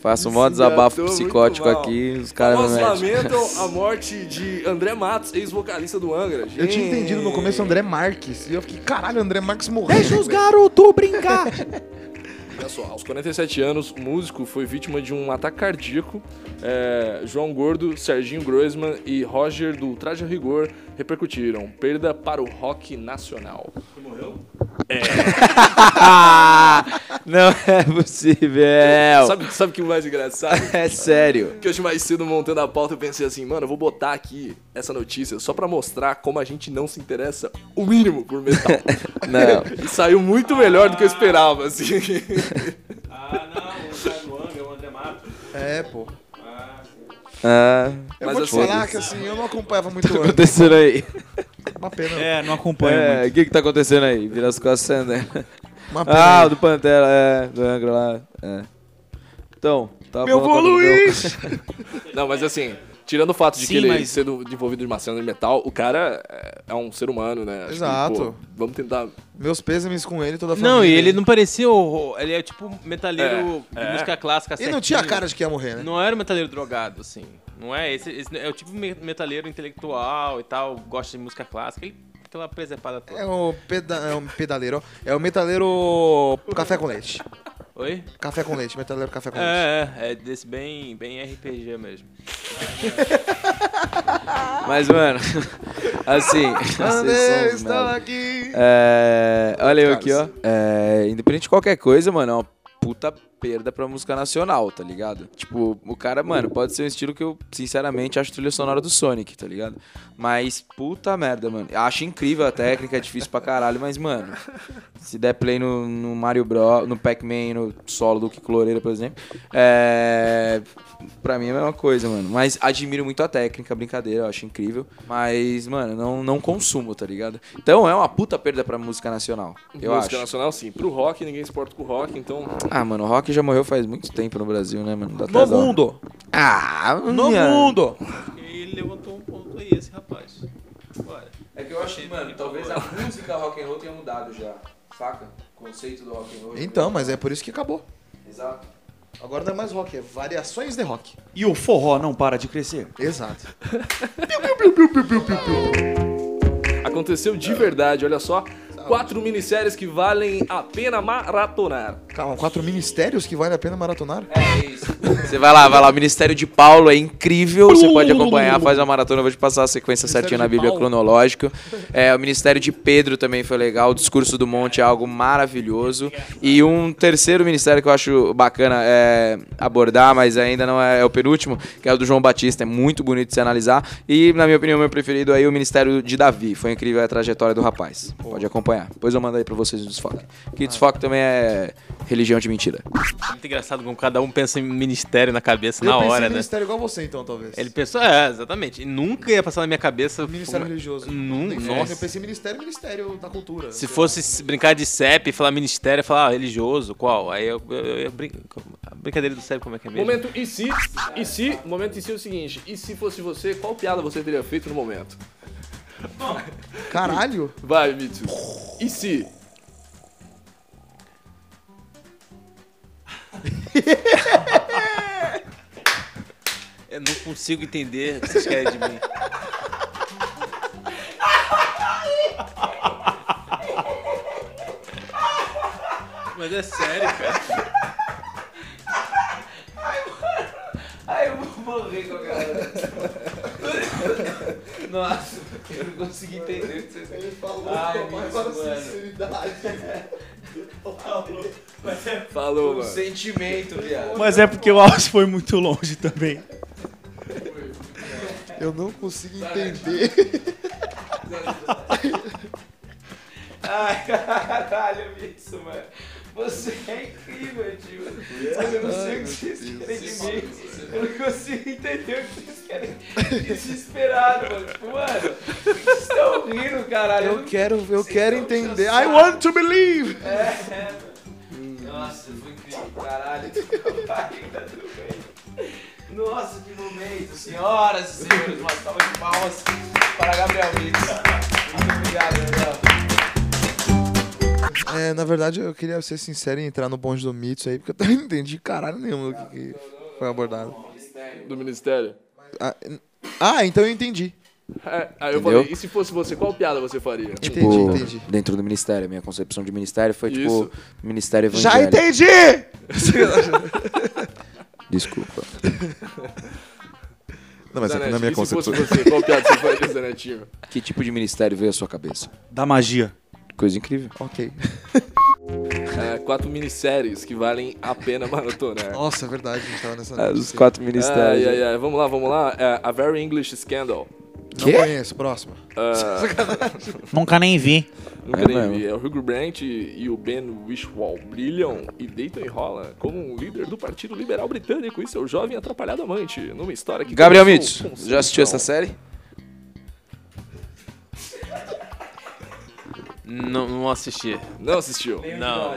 S5: Faço um maior
S3: Engatou
S5: desabafo
S3: muito
S5: psicótico
S3: mal.
S5: aqui, os caras não
S3: Famosos
S5: mexem.
S3: lamentam a morte de André Matos, ex-vocalista do Angra.
S7: Eu tinha
S3: Gente.
S7: entendido no começo André Marques. E eu fiquei, caralho, André Marques morreu. Deixa os
S4: garotos brincar!
S3: Olha só, aos 47 anos, o músico foi vítima de um ataque cardíaco. É, João Gordo, Serginho Groisman e Roger do Traje a Rigor repercutiram. Perda para o rock nacional.
S5: Não é possível.
S3: Sabe, sabe o que é mais engraçado?
S5: É sério.
S3: que hoje mais cedo, montando a pauta, eu pensei assim, mano, eu vou botar aqui essa notícia só pra mostrar como a gente não se interessa o mínimo por metal.
S5: Não.
S3: e saiu muito melhor do que eu esperava, assim.
S2: Ah, não, o cara do Angra, o André Matos.
S7: É, pô.
S5: Ah,
S7: Eu
S3: Mas
S7: vou te
S3: assim-
S7: falar que assim, eu não acompanhava muito
S5: o que tá
S7: o Angra.
S5: acontecendo aí?
S7: Uma pena.
S8: É, não acompanha
S5: É,
S8: muito.
S5: o que que tá acontecendo aí? Vira as costas Sander.
S2: É.
S7: Uma pena.
S5: Ah, o do Pantera, é, do Angra lá, é. Então, tá
S3: Meu
S5: bom.
S3: vô Luiz! Não, mas assim, tirando o fato de
S8: Sim,
S3: que ele
S8: mas-
S3: sendo envolvido de uma cena de metal, o cara é- é um ser humano, né? Acho que,
S7: Exato.
S3: pô, vamos tentar...
S7: Meus pêsames com ele, toda a família.
S2: Não, e ele não parecia o. Ele é tipo metaleiro
S3: É,
S2: de
S3: é.
S2: música clássica.
S7: Ele não tinha a
S2: certinho.
S7: cara de que ia morrer, né?
S2: Não era um metaleiro drogado, assim. Não é esse, esse é o tipo me- metaleiro intelectual e tal, gosta de música clássica e aquela presepada toda.
S7: É o peda é um pedaleiro. É o metaleiro café com leite.
S2: Oi?
S7: Café com leite, metaleiro café com leite.
S2: É, é, é desse bem, bem RPG mesmo.
S5: Mas, mano, assim,
S7: André,
S5: vocês são
S7: estou
S5: merda.
S7: aqui.
S5: É, olha eu aqui, ó. É, independente de qualquer coisa, mano, é uma puta perda pra música nacional, tá ligado? Tipo, o cara, mano, pode ser um estilo que eu, sinceramente, acho trilha sonora do Sonic, tá ligado? Mas, puta merda, mano. Acho incrível a técnica, é difícil pra caralho, mas, mano, se der play no, no Mario Bros, no Pac-Man, no solo do Kiko Loureiro, por exemplo, é... Pra mim é a mesma coisa, mano. Mas admiro muito a técnica, brincadeira, eu acho incrível. Mas, mano, não, não consumo, tá ligado? Então é uma puta perda pra música nacional, eu
S3: música
S5: acho.
S3: nacional, sim. Pro rock, ninguém se importa com o rock, então...
S5: Ah, mano, o rock já morreu faz muito tempo no Brasil, né, mano? Dá até
S4: No
S5: dó.
S4: mundo!
S5: Ah,
S4: No
S5: minha-
S4: mundo!
S2: E ele levantou um ponto aí, esse rapaz. Bora.
S5: É que eu acho, mano, talvez a música rock and roll tenha mudado já, saca? O conceito do rock and roll.
S7: Então, mas é por isso que acabou.
S5: Exato.
S7: Agora não é mais rock, é variações de rock.
S8: E o forró não para de crescer.
S7: Exato.
S3: Aconteceu de verdade, olha só. Quatro minisséries que valem a pena maratonar.
S7: Calma, quatro ministérios que vale a pena maratonar?
S2: É,
S5: Você vai lá, vai lá. O Ministério de Paulo é incrível. Você pode acompanhar, faz uma maratona. Eu vou te passar a sequência certinha na
S7: de
S5: Bíblia
S7: Paulo.
S5: cronológica. É, o Ministério de Pedro também foi legal. O Discurso do Monte é algo maravilhoso. E um terceiro ministério que eu acho bacana é, abordar, mas ainda não é, é o penúltimo, que é o do João Batista. É muito bonito de se analisar. E, na minha opinião, meu preferido aí é o Ministério de Davi. Foi incrível a trajetória do rapaz. Pode acompanhar. Depois eu mando aí pra vocês o desfoque. Que desfoque também é Religião de mentira.
S2: Muito engraçado como cada um pensa em ministério na cabeça
S7: eu
S2: na
S7: pensei
S2: hora,
S7: em
S2: né?
S7: ministério igual você, então, talvez.
S2: Ele pensou, é, exatamente. E nunca ia passar na minha cabeça.
S7: Ministério
S2: uma-
S7: religioso.
S2: Nun-
S7: Nem-
S2: nossa.
S7: Eu pensei em ministério, ministério da cultura.
S2: né? Se
S7: Sei
S2: fosse se brincar de CEP e falar ministério, eu ia falar ah, religioso, qual? Aí eu, eu, eu, ia brin- A brincadeira do CEP, como é que é mesmo?
S3: Momento e se, e se, momento e se é o seguinte, e se fosse você, qual piada você teria feito no momento?
S7: lá. Caralho!
S3: Vai, Mitsu. E se?
S2: Eu não consigo entender o que vocês querem de mim. Mas é sério, cara.
S5: Ai, eu vou morrer com a galera. Nossa, eu não consegui entender o que vocês Ele falou Ai, com
S3: Falou, mano.
S5: Sentimento, viado.
S8: Mas é porque o áudio foi muito longe também.
S7: Eu não consigo entender.
S5: Ai, caralho, isso, mano. Você é incrível, tio. Mas eu não sei o que vocês querem de mim. Eu não consigo entender o que vocês querem. Desesperado, mano. Tipo, mano, vocês estão rindo, caralho.
S7: Eu
S5: não-
S7: quero, eu quero
S5: estão
S7: entender. I
S5: cansados.
S7: want to believe! Hum.
S5: É, é, mano. Nossa, foi incrível, caralho. Ainda do bem. Nossa, que momento. Senhoras e senhores, uma salva de palmas para Gabriel Mix. Muito obrigado, Gabriel.
S7: É, na verdade, eu queria ser sincero e entrar no bonde do Mitsu aí, porque eu também não entendi caralho nenhum do que, que foi abordado.
S3: Do ministério.
S7: Ah, n- ah, então eu entendi.
S3: É, aí eu
S5: Entendeu?
S3: falei, e se fosse você, qual piada você faria?
S7: Entendi,
S5: tipo,
S7: entendi.
S5: dentro do ministério. Minha concepção de ministério foi,
S3: Isso.
S5: tipo, ministério evangélico.
S7: Já entendi!
S5: Desculpa.
S7: Não, mas aqui não é minha
S3: e se fosse
S7: concepção.
S3: você, qual piada você faria, Zanetinho?
S5: Que tipo de ministério veio à sua cabeça?
S8: Da magia.
S5: Coisa incrível.
S7: Ok.
S3: É, quatro minisséries que valem a pena maratonar.
S7: Nossa, é verdade, a gente tava nessa.
S5: Os quatro
S3: Ai,
S5: ministérios.
S3: ai, ai. Vamos lá, vamos lá. É, a Very English Scandal.
S7: Não
S5: Quê?
S7: conheço, próximo.
S3: É,
S8: Nunca nem vi.
S3: nunca
S5: É
S3: nem
S5: mesmo.
S3: vi. É o Hugh Grant e e o Ben Wishwall brilham e deitam e rolam como um líder do Partido Liberal Britânico e seu jovem atrapalhado amante numa história que...
S5: Gabriel Mitz,
S3: começou
S8: um
S3: com
S5: já assistiu essa
S3: sedução.
S5: série?
S2: Não, não assisti.
S3: Não assistiu.
S2: Não.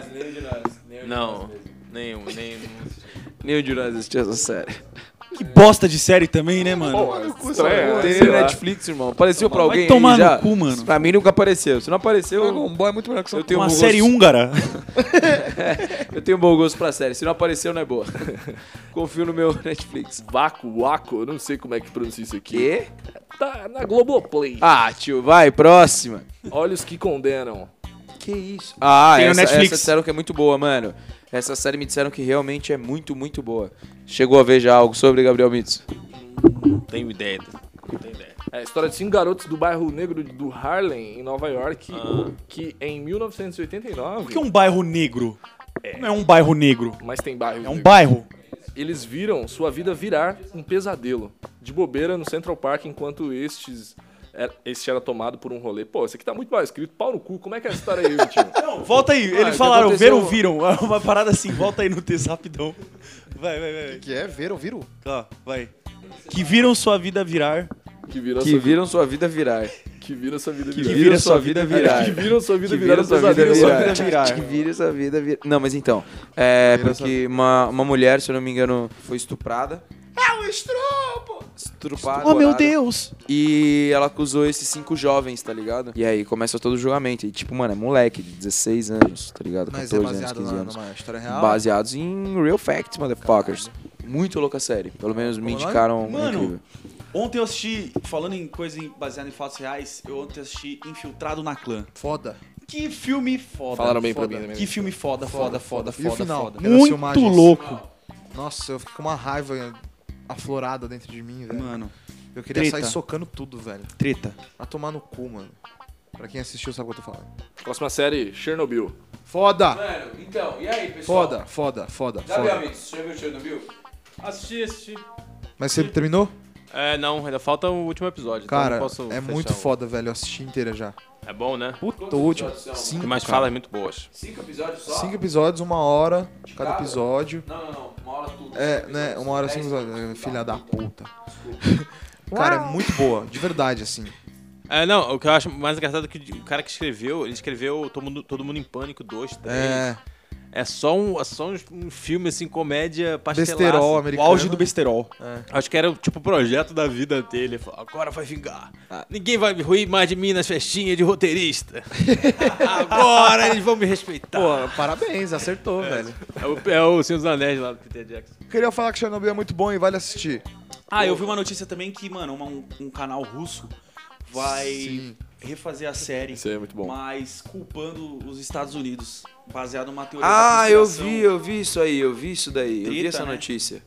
S2: Não. Nenhum, nenhum. não assisti.
S5: Nenhum de nós assistiu essa série.
S8: Que bosta de série também, né, mano?
S3: Estranho,
S5: Tem
S3: sei
S5: no
S3: lá.
S5: Netflix, irmão. Apareceu pra alguém
S8: É, Vai tomar
S5: aí já?
S8: no cu, mano.
S5: Pra mim nunca apareceu. Se não apareceu,
S7: Dragon Ball é muito melhor que
S5: eu
S7: São
S5: tenho um
S8: Uma
S5: bom
S8: série
S5: gosto.
S8: húngara.
S5: Eu tenho um bom gosto pra série. Se não apareceu, não é boa. Confio no meu Netflix.
S3: Vaco, Waco, eu não sei como é que pronuncia isso aqui.
S5: Quê?
S3: Tá na Globoplay.
S5: Ah, tio, vai, próxima.
S3: Olhos que condenam.
S5: Que isso? Ah,
S8: Tem no
S5: essa,
S8: Netflix.
S5: essa disseram que é muito boa, mano. Essa série me disseram que realmente é muito, muito boa. Chegou a ver já algo sobre Gabriel Mitz?
S2: Não tenho ideia. Não tenho ideia.
S3: É a história de cinco garotos do bairro negro do Harlem, em Nova York,
S5: Ah.
S3: que em 1989...
S8: Por que um bairro negro? Não é um bairro negro.
S3: Mas tem bairro. né?
S8: É um bairro.
S3: Eles viram sua vida virar um pesadelo. De bobeira no Central Park, enquanto estes... Era, este era tomado por um rolê. Pô, esse aqui tá muito mal escrito. Pau no cu. Como é que é essa história aí, tio?
S8: Não, volta aí.
S7: Ah,
S8: Eles falaram, viram, viram. É uma parada assim. Volta aí no texto rapidão. Vai, vai, vai. vai.
S7: Que é? Ver, ouviram?
S8: Ó, vai. Que viram sua vida virar.
S3: Que viram
S5: Que
S3: sua,
S5: viram sua vida virar.
S3: que viram sua vida
S5: Que
S3: virar. É,
S5: viram sua vida virar.
S3: Que viram sua vida
S5: Que
S3: virar
S5: viram
S3: um
S5: sua vida
S3: pesadelo.
S5: virar. Que viram sua vida virar. Não, mas então. É
S7: Viram
S5: porque uma, uma mulher, se eu não me engano, foi estuprada. É um estrupo! Estrupada.
S8: Oh, meu
S5: gorada.
S8: Deus.
S5: E ela acusou esses cinco jovens, tá ligado? E aí começa todo o julgamento. E tipo, mano, é moleque de 16 anos, tá ligado?
S7: Mas
S5: 14
S7: é
S5: anos,
S7: baseado
S5: 15
S7: na,
S5: anos.
S7: numa história real.
S5: Baseados em real facts, motherfuckers. Muito louca a série. Pelo menos me
S7: Como é o nome?
S5: indicaram
S8: Mano.
S5: incrível.
S8: Ontem eu assisti, falando em coisa em- baseada em fatos reais, eu ontem assisti Infiltrado na Clã.
S7: Foda.
S8: Que filme foda.
S3: Falaram bem pra
S8: foda.
S3: mim também. né?
S8: Que filme foda, foda, foda,
S7: E o
S8: foda,
S7: final?
S8: foda.
S7: Aquelas
S8: Muito
S7: filmagens.
S8: louco.
S7: Nossa, eu fiquei com uma raiva aflorada dentro de mim, velho.
S8: Mano,
S7: eu queria
S8: treta.
S7: sair socando tudo, velho.
S8: treta.
S7: Vai tomar no cu, mano. Pra quem assistiu, sabe o que eu tô falando.
S3: Próxima série, Chernobyl.
S7: Foda!
S5: Mano, então, e aí, pessoal?
S7: Foda, foda, foda,
S5: Gabriel
S7: foda.
S5: Mitz, você já viu o Chernobyl?
S10: Assisti, assisti.
S7: Mas você terminou?
S2: É, não, ainda falta o último episódio. então
S7: Cara,
S2: não posso
S7: é
S2: fechar
S7: muito
S2: o-
S7: foda, velho. Eu assisti inteira já.
S2: É bom, né?
S7: Puta, o último.
S2: Tem
S7: Cinco,
S2: mais
S7: cara.
S2: falas muito boas.
S1: Cinco episódios só?
S7: Cinco episódios, uma hora cada
S1: cara?
S7: episódio.
S1: Não, não, não. Uma hora tudo.
S7: É,
S1: Cinco
S7: né?
S1: episódios.
S7: Uma hora
S1: Dez
S7: cinco episódios.
S1: episódios.
S7: Filha da puta. Cara, é muito boa, de verdade, assim.
S2: É, não, o que eu acho mais engraçado é que o cara que escreveu, ele escreveu Todo Mundo, Todo Mundo em Pânico 2, 3.
S7: É.
S2: É só um, é só um, um filme, assim, comédia pastelaça.
S7: Besterol
S8: O
S7: americano. É.
S8: auge do besterol.
S2: Acho que era, tipo, o projeto da vida dele. Ele falou, Agora vai vingar.
S7: Ah.
S2: Ninguém vai me ruir mais de mim nas festinhas de roteirista. Agora eles vão me respeitar.
S7: Pô, parabéns, acertou, velho.
S2: É o, é o Senhor dos Anéis lá do Peter Jackson.
S7: Queria falar que Chernobyl é muito bom e vale assistir.
S8: Ah, eu vi uma notícia também que, mano, uma- um, um canal russo vai
S7: Sim.
S8: refazer a série,
S3: Isso aí é muito bom.
S8: mas culpando os Estados Unidos, baseado numa teoria da
S5: Ah, eu
S8: conspiração.
S5: vi, eu vi isso aí, eu vi isso daí, eu vi
S8: Treta,
S5: essa
S8: né?
S5: notícia. É.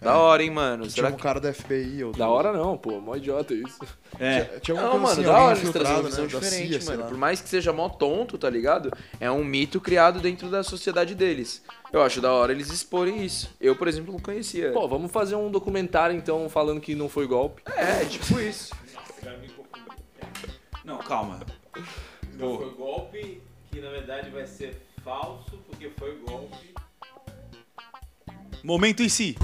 S5: Tipo, Da hora, hein, mano?
S7: Tinha
S5: Será
S7: um
S5: que.
S7: cara da FBI ou
S3: Da hora não, pô. Mó idiota isso.
S8: É.
S7: Tinha
S5: Não, mano,
S7: alguma coisa assim,
S5: da
S7: alguém
S5: hora eles trazerem uma
S7: infiltrado,
S5: visão
S7: né, da
S5: diferente,
S7: CIA, sei
S5: mano.
S7: lá.
S5: Por mais que seja mó tonto, tá ligado? É um mito criado dentro da sociedade deles. Eu acho da hora eles exporem isso. Eu, por exemplo, não
S8: É.
S5: conhecia.
S3: Pô, vamos fazer um documentário então falando que não foi golpe.
S5: é, tipo isso.
S8: Não, calma.
S2: Não foi golpe, que na verdade vai ser falso, porque foi golpe.
S8: Momento em si.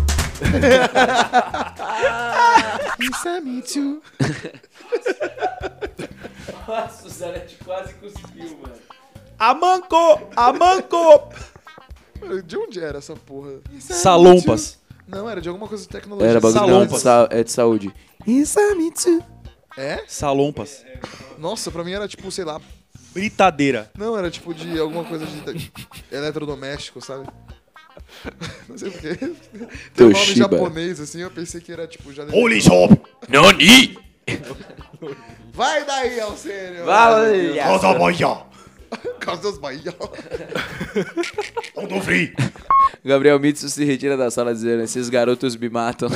S7: Isso é me too.
S1: Nossa, o Zanetti quase cuspiu, mano.
S8: Amanco! Amanco!
S7: De onde era essa porra? Isso é me
S8: Salompas.
S7: too. Não, era de alguma coisa de tecnologia.
S8: Salompas.
S5: sa- é de saúde. Isso é mito.
S7: É?
S8: Salompas.
S7: Nossa, pra mim era tipo, sei lá.
S8: Britadeira.
S7: Não, era tipo de alguma coisa de, de eletrodoméstico, sabe? Não sei porquê. Tem um nome
S5: Toshiba.
S7: japonês, assim, eu pensei que era tipo já.
S8: Holy shop!
S9: Nani!
S7: Vai daí, Alcênio!
S5: Valeu!
S7: Causa das Bahia.
S5: Gabriel Mitsu se retira da sala dizendo: esses garotos me matam.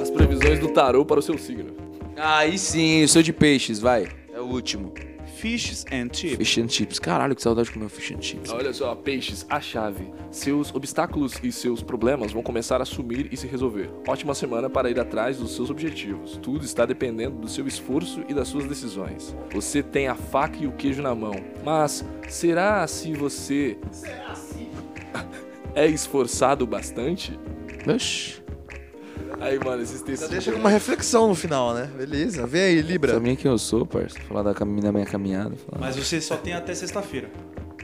S3: As previsões do tarô para o seu signo.
S5: Ah, Aí sim, eu sou de peixes, vai. É o último.
S8: Fishes and chips.
S5: Fish and chips. Caralho, que saudade de comer um fish and chips.
S3: Olha só, peixes, a chave. Seus obstáculos e seus problemas vão começar a sumir e se resolver. Ótima semana para ir atrás dos seus objetivos. Tudo está dependendo do seu esforço e das suas decisões. Você tem a faca e o queijo na mão, mas será se você. Será se. é esforçado bastante?
S5: Oxi.
S3: Aí, mano, esses textos.
S7: Deixa com uma reflexão no final, né? Beleza. Vem aí, Libra.
S5: Sabia quem eu sou, parça? Falar da, cami- da minha caminhada. falar-
S8: Mas você só tem até sexta-feira.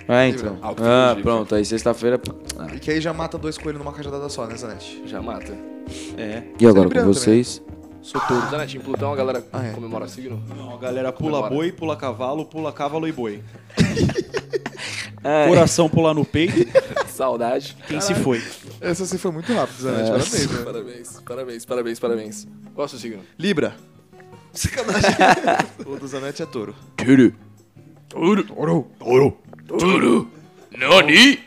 S5: Ah, então. Ah,
S3: Autotecnologia.
S5: pronto. Aí sexta-feira. Ah.
S7: E que aí já mata dois coelhos numa cajadada só, né, Zanetti?
S3: Já mata.
S8: É.
S5: E agora com
S7: Lembrando,
S5: vocês?
S3: Sou todo. Zanetti, em Plutão a galera
S7: Ah, é.
S3: comemora signo.
S8: Não, a galera pula
S3: Comemora.
S8: boi, pula cavalo, pula cavalo e boi.
S5: Ah,
S8: Coração pula no peito.
S3: Saudade.
S8: Quem se foi?
S7: Essa assim foi muito rápida, Zanetti. Parabéns, né?
S3: Parabéns, parabéns, parabéns, parabéns. Qual é o seu signo?
S7: Libra. Sacanagem. o do Zanetti é touro.
S5: Turu.
S9: Nani!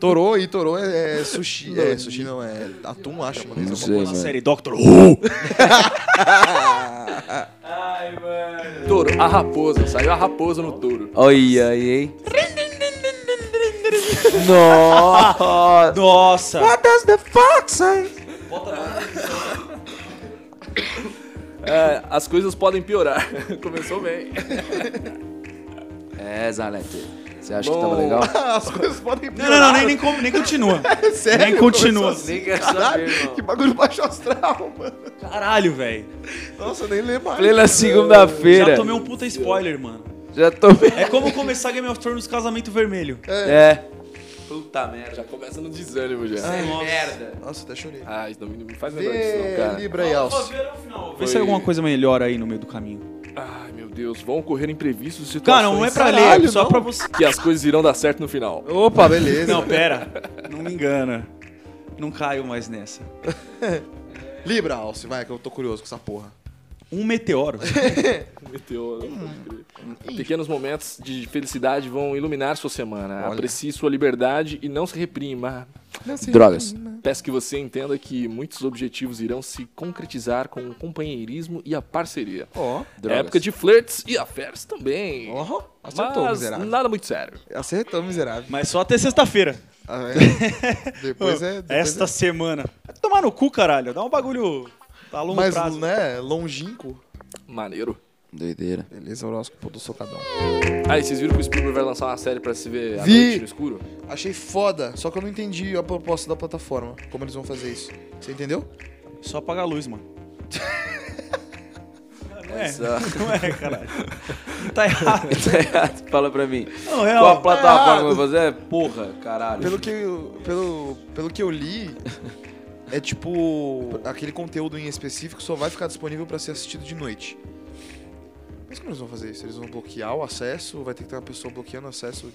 S7: Toro e Toro é, é sushi. é, sushi não, é atum, acho, mano.
S5: Não
S7: Isso é
S5: sei,
S8: Na
S5: mano.
S8: série Doctor Who.
S1: Ai, mano.
S3: Touro, a raposa. Saiu a raposa no touro.
S5: Olha aí, hein? Nossa!
S8: Nossa!
S5: does the fox say?
S3: É, as coisas podem piorar. Começou bem.
S5: É, Zanete. Você acha que
S3: Bom.
S5: tava legal?
S7: uma- Ah, As coisas podem
S8: Não, não, não, nem, nem, com- nem continua.
S7: Sério?
S8: Nem continua.
S5: Nem quero saber, irmão.
S7: Que bagulho baixo astral, mano.
S8: Caralho, velho.
S7: Nossa, eu nem lembro mais.
S5: Plena
S8: Já
S5: segunda-feira.
S8: tomei um puta spoiler, mano.
S5: Já tomei.
S8: É como começar Game of Thrones Casamento Vermelho.
S5: É. Puta merda.
S3: Já começa no desânimo já.
S5: merda.
S7: Nossa, até chorei.
S3: Ai, Domínio, não faz lembrar disso não,
S7: Vê
S3: cara.
S7: Libra e Alce.
S1: Ver o final.
S8: Vê se alguma coisa melhor aí no meio do caminho.
S3: Ai, meu Deus, vão ocorrer imprevistos e
S8: Cara,
S3: situações
S8: não é pra ler,
S7: Caralho,
S8: é só
S7: não.
S8: pra você.
S3: que as coisas irão dar certo no final.
S7: Opa, beleza.
S8: Não, pera. Não me engana. Não caio mais nessa.
S7: Libra, Alce, vai, que eu tô curioso com essa porra.
S8: Um meteoro.
S3: Meteoro, não pode crer. Pequenos momentos de felicidade vão iluminar sua semana. Aprecie sua liberdade e não se reprima.
S5: Drogas.
S3: Peço que você entenda que muitos objetivos irão se concretizar com o companheirismo e a parceria. É
S7: Ó,
S5: Drogas.
S3: Época de flirts e afers também.
S7: ó, acertou,
S3: Mas
S7: miserável.
S3: nada muito sério.
S7: Acertou, miserável.
S8: Mas só até sexta-feira.
S7: Ah, é. Depois é. Depois
S8: Esta
S7: é...
S8: semana. tomar no cu, caralho. Dá um bagulho a longo
S7: Mas,
S8: um prazo.
S7: né, longínquo.
S3: Maneiro.
S5: Doideira.
S7: Beleza, horóscopo do socadão.
S3: Aí, vocês viram que o Spielberg vai lançar uma série pra se ver à
S7: Vi.
S3: noite no escuro?
S7: Achei foda, só que eu não entendi a proposta da plataforma, como eles vão fazer isso. Você entendeu?
S8: Só apaga a luz, mano. Não é,
S3: Essa-
S8: não é, caralho. Tá errado.
S1: Fala pra mim.
S8: Não, é,
S1: Qual a
S8: real.
S1: plataforma
S7: Ah.
S1: vai
S5: É
S1: fazer? Porra, caralho.
S7: Pelo que eu, pelo, pelo que eu li, é tipo, aquele conteúdo em específico só vai ficar disponível pra ser assistido de noite. Mas como eles vão fazer isso? Eles vão bloquear o acesso? Vai ter que ter uma pessoa bloqueando o acesso?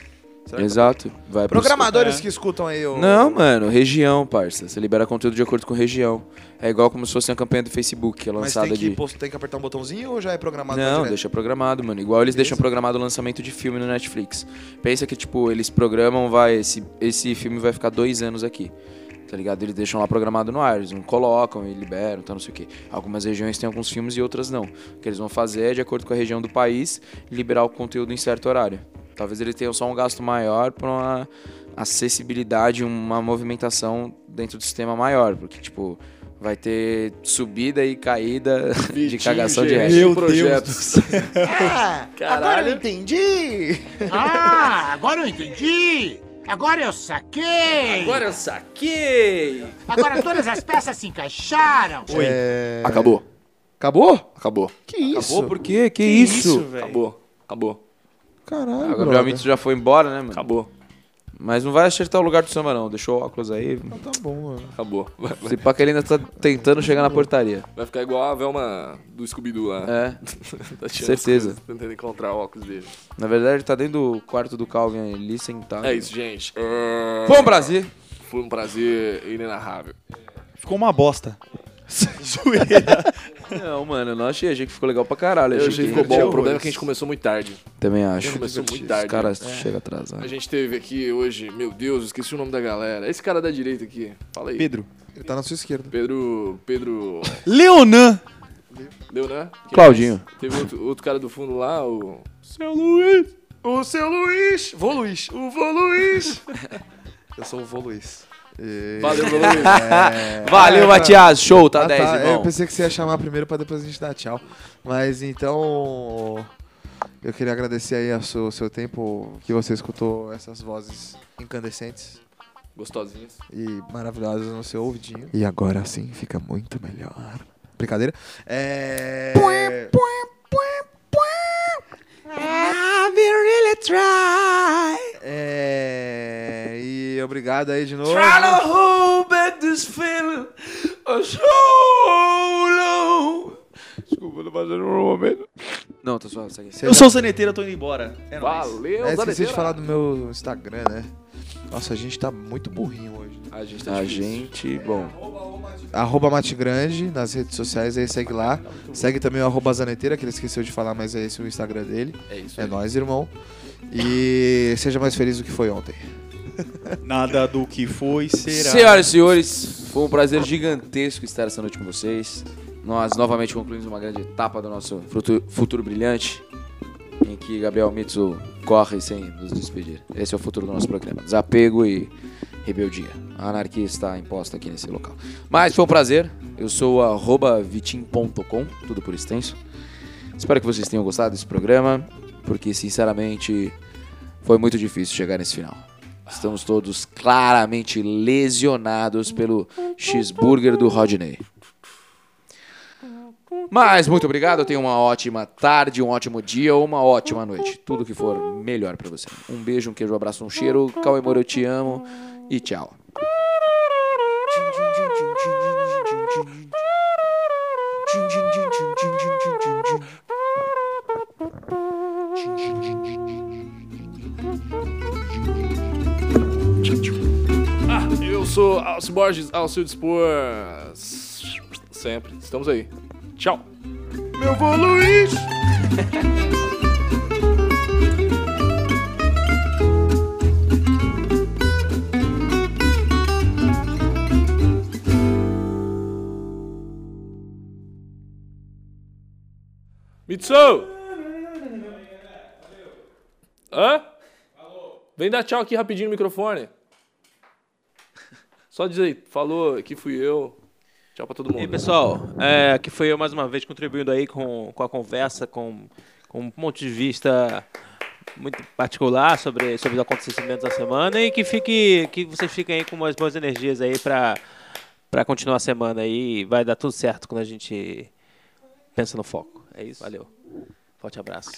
S7: Será que-
S5: Exato. Vai pro-
S7: Programadores
S8: É.
S7: que escutam aí o...
S5: Não, mano, região, parça. Você libera conteúdo de acordo com região. É igual como se fosse uma campanha do Facebook, que é
S7: Mas
S5: lançada
S7: tem que,
S5: de.
S7: post- tem que apertar um botãozinho ou já é programado?
S5: Não,
S7: direto?
S5: deixa programado, mano. Igual eles deixam programado o lançamento de filme no Netflix. Pensa que, tipo, eles programam, vai. Esse, esse filme vai ficar dois anos aqui. Tá ligado? Eles deixam lá programado no ar, eles não colocam e liberam, tá não sei o quê. Algumas regiões têm alguns filmes e outras não. O que eles vão fazer é, de acordo com a região do país, liberar o conteúdo em certo horário. Talvez eles tenham só um gasto maior pra uma acessibilidade, uma movimentação dentro do sistema maior. Porque, tipo, vai ter subida e caída de
S3: Vitinho
S5: cagação de
S3: gerindo
S5: hashtag.
S8: Meu
S3: projetos.
S4: Ah, agora eu entendi.
S11: Ah, agora eu entendi! Agora eu saquei!
S9: Agora eu saquei!
S11: Agora todas as peças se encaixaram!
S7: É...
S3: Acabou.
S7: Acabou?
S3: Acabou.
S7: Que isso?
S5: Acabou por quê? Que,
S8: Isso,
S5: isso?
S8: velho.
S3: Acabou. Acabou.
S7: Caralho,
S5: Ah, o Gabriel Mitsu já foi embora, né, mano?
S3: Acabou.
S5: Mas não vai acertar o lugar do samba, não. Deixou o óculos aí.
S3: Então,
S7: Tá bom, mano.
S3: Acabou. Vai, vai-
S5: Se pá que ele ainda tá tentando chegar na portaria.
S3: vai ficar igual a Velma do Scooby-Doo lá.
S5: É.
S3: Tá tirando
S5: certeza.
S3: as coisas, Tentando encontrar o óculos dele.
S5: Na verdade, ele tá dentro do quarto do Calvin ali, sentado.
S3: É isso, gente. É,
S5: Bom, Brasil.
S3: Foi um prazer inenarrável.
S8: Ficou uma bosta.
S5: Não, mano, eu não achei. Achei que ficou legal pra caralho.
S3: Eu achei que ficou bom.
S5: divertido.
S3: O problema é que a gente começou muito tarde.
S5: Também acho.
S3: Começou muito
S5: Os
S3: tarde. né? É.
S5: caras chegam
S3: A
S5: atrasados.
S3: gente teve aqui hoje, meu Deus, esqueci o nome da galera. Esse cara da direita aqui, fala aí.
S8: Pedro.
S7: Ele tá na sua esquerda.
S3: Pedro. Pedro.
S8: Leonan.
S3: Deu, né? Quem
S5: Claudinho.
S3: mais? Teve outro, outro cara do fundo lá, o.
S7: Seu Luiz! O seu Luiz! Vô Luiz! O Vô Luiz! Eu sou o Vô Luiz. E- É.
S3: Valeu, valeu.
S5: Valeu, Matias. Show, tá
S7: Ah,
S5: 10,
S3: É,
S5: irmão.
S7: Eu pensei que você ia chamar primeiro pra depois a gente dar tchau. Mas então. Eu queria agradecer aí o seu, seu tempo que você escutou essas vozes incandescentes
S3: Gostosinhos.
S7: e maravilhosas no seu ouvidinho. E agora sim fica muito melhor. Brincadeira? É. É. E obrigado aí de novo.
S5: Não, tô só, segue.
S7: Você
S8: Eu sou o Saneteiro, eu tô indo embora. É nóis.
S3: Valeu,
S7: É, esqueci de
S3: Zaneteira.
S7: falar do meu Instagram, né? Nossa, a gente tá muito burrinho hoje. Né?
S3: A gente tá
S5: A
S3: difícil.
S5: gente, bom.
S7: Arroba Mate Grande nas redes sociais, aí segue lá. Segue também o arroba Zaneteira, que ele esqueceu de falar, mas é esse o Instagram dele.
S3: É isso.
S7: É nóis, irmão. E seja mais feliz do que foi ontem.
S8: Nada do que foi será.
S5: Senhoras e senhores, foi um prazer gigantesco estar essa noite com vocês. Nós novamente concluímos uma grande etapa do nosso frutu- futuro brilhante, em que Gabriel Mitsu corre sem nos despedir. Esse é o futuro do nosso programa. Desapego e rebeldia. A anarquia está imposta aqui nesse local. Mas foi um prazer. Eu sou o arroba vitim.com, tudo por extenso. Espero que vocês tenham gostado desse programa, porque sinceramente foi muito difícil chegar nesse final. Estamos todos claramente lesionados pelo cheeseburger do Rodney. Mas muito obrigado, tenha uma ótima tarde, um ótimo dia ou uma ótima noite. Tudo que for melhor pra você. Um beijo, um queijo, um abraço, um cheiro. Cauê Moura, eu te amo e tchau.
S3: Eu sou Alcio Borges, ao seu dispor. Sempre. Estamos aí. Tchau. Meu vô Luiz! Mitsu! Hã? Vem dar tchau aqui rapidinho no microfone. Só diz aí, falou, aqui fui eu. Tchau pra todo mundo.
S2: E aí, pessoal, é, aqui foi eu mais uma vez contribuindo aí com, com a conversa, com, com um ponto de vista muito particular sobre, sobre os acontecimentos da semana e que fique que vocês fiquem aí com umas boas energias aí pra, pra continuar a semana aí. Vai dar tudo certo quando a gente pensa no foco. É isso? Valeu. Forte abraço.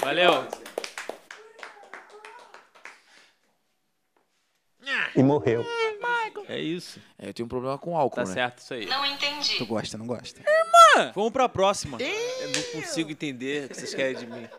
S2: Valeu.
S12: E morreu.
S2: É isso.
S5: É, eu tenho um problema com álcool,
S2: Tá
S5: né?
S2: certo isso aí.
S13: Não entendi.
S7: Tu gosta, não gosta?
S8: Vamos pra próxima.
S2: Eu não consigo entender o que vocês querem de mim.